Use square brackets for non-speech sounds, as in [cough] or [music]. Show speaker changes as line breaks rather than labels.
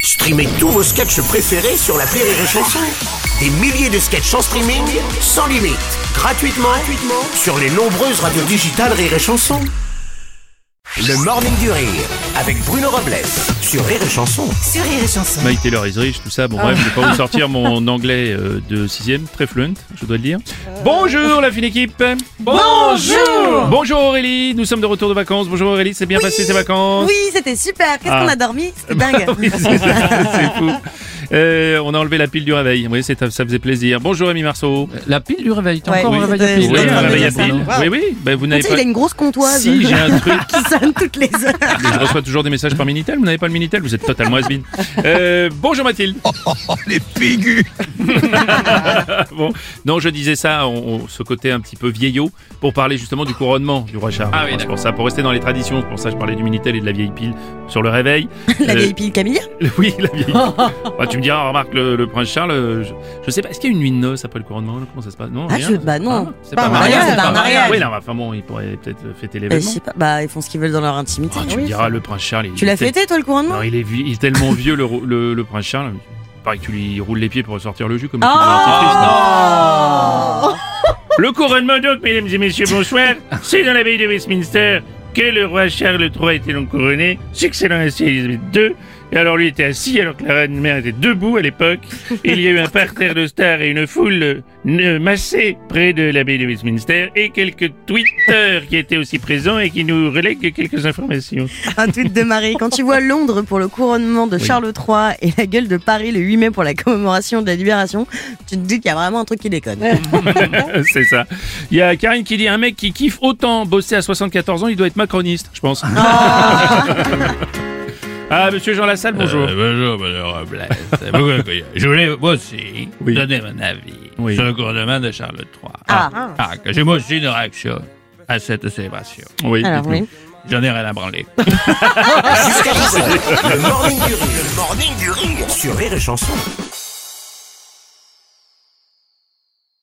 Streamez tous vos sketchs préférés sur la Rire et Chanson. Des milliers de sketchs en streaming, sans limite, gratuitement, gratuitement sur les nombreuses radios digitales Rire et Chanson. Le Morning du Rire avec Bruno Robles sur Rire et Chanson.
sur Rire et Chanson.
Mike Taylor is rich, tout ça. Bon,
Ah.
bref, je vais pas
[laughs]
vous sortir mon anglais euh, de 6ème, très fluent, je dois le dire.
Euh.
Bonjour, la fine équipe. Bonjour. Bonjour Aurélie, nous sommes de retour de vacances. Bonjour Aurélie, c'est bien passé ces vacances
Oui, c'était super. Qu'est-ce
Ah.
qu'on a dormi C'était dingue.
[laughs] Oui, c'est ça, c'est fou. Euh, on a enlevé la pile du réveil. Oui, c'est- ça faisait plaisir. Bonjour Amy Marceau.
La pile du réveil, t'as
Ouais,
encore un réveil à
c'était-
pile. hein,
Oui,
c'est
un
vrai,
réveil à
c'est ça.
pile. Oui, oui. Ben, vous
Tu
n'avez
sais, il a
pas.
une grosse comptoise
Si,
[laughs]
j'ai un truc.
qui sonne toutes les heures.
Je reçois toujours des messages par Minitel. Vous n'avez pas le Minitel, vous êtes totalement has bonjour Mathilde.
les pégus
[laughs] Bon, non, je disais ça, on- on- ce côté un petit peu vieillot, pour parler justement du couronnement du roi Charles.
Ah oui,
c'est pour ça, pour rester dans les traditions, c'est pour ça que je parlais du Minitel et de la vieille pile sur le réveil.
La
Euh,
vieille pile Camille.
[laughs] Oui, la vieille pile. Bah, tu me diras, remarque, le, le prince Charles, euh, je, je sais pas, est-ce qu'il y a une nuit de noces après le couronnement là Comment ça se passe Non,
Ah,
rien
je- bah non.
Ah, c'est
Pas un
mariage, c'est pas un mariage.
Oui, non, mais enfin bon, ils pourraient peut-être fêter
Bah, Euh, je
l'événement.
sais pas. Bah, ils font ce qu'ils veulent dans leur intimité.
Ah, tu me diras, le prince Charles. il
Tu
est
l'as
tel-
fêté, toi, le couronnement
Non, il est, vieux- il est tellement vieux, le, ro- le- le prince Charles. Pareil que tu lui roules les pieds pour ressortir le jus comme un petit artiste, non
Oh
Oh [laughs] Le couronnement donc, mesdames et messieurs, bonsoir, c'est dans l'abbaye de Westminster que le roi Charles III a été donc couronné, succédant à Elisabeth II. Et alors lui était assis alors que la reine mère était debout à l'époque. Il y a eu un parterre de stars et une foule euh, ne- massée près de l'abbaye de Westminster et quelques tweeters qui étaient aussi présents et qui nous relèguent quelques informations.
[laughs] Un tweet de Marie. Quand tu vois Londres pour le couronnement de Charles III et la gueule de Paris le 8 mai pour la commémoration de la libération, tu te dis qu'il y a vraiment un truc qui déconne.
[laughs] C'est ça. Il y a Karine qui dit un mec qui kiffe autant bosser à 74 ans, il doit être macroniste, je pense. [laughs] ah, monsieur Jean Lassalle, bonjour.
Euh, bonjour, monsieur Robles. [laughs] Pourquoi vous croyez Je voulais, moi aussi,
Oui.
donner mon avis
Oui.
sur le couronnement de Charles III.
Ah.
Ah, que j'ai moi aussi une réaction à cette célébration.
Oui,
Alors,
dites-nous.
oui.
J'en ai rien à branler.
Jusqu'à 10h, le Morning du Rire, le Morning du Rire sur Rire et Chanson.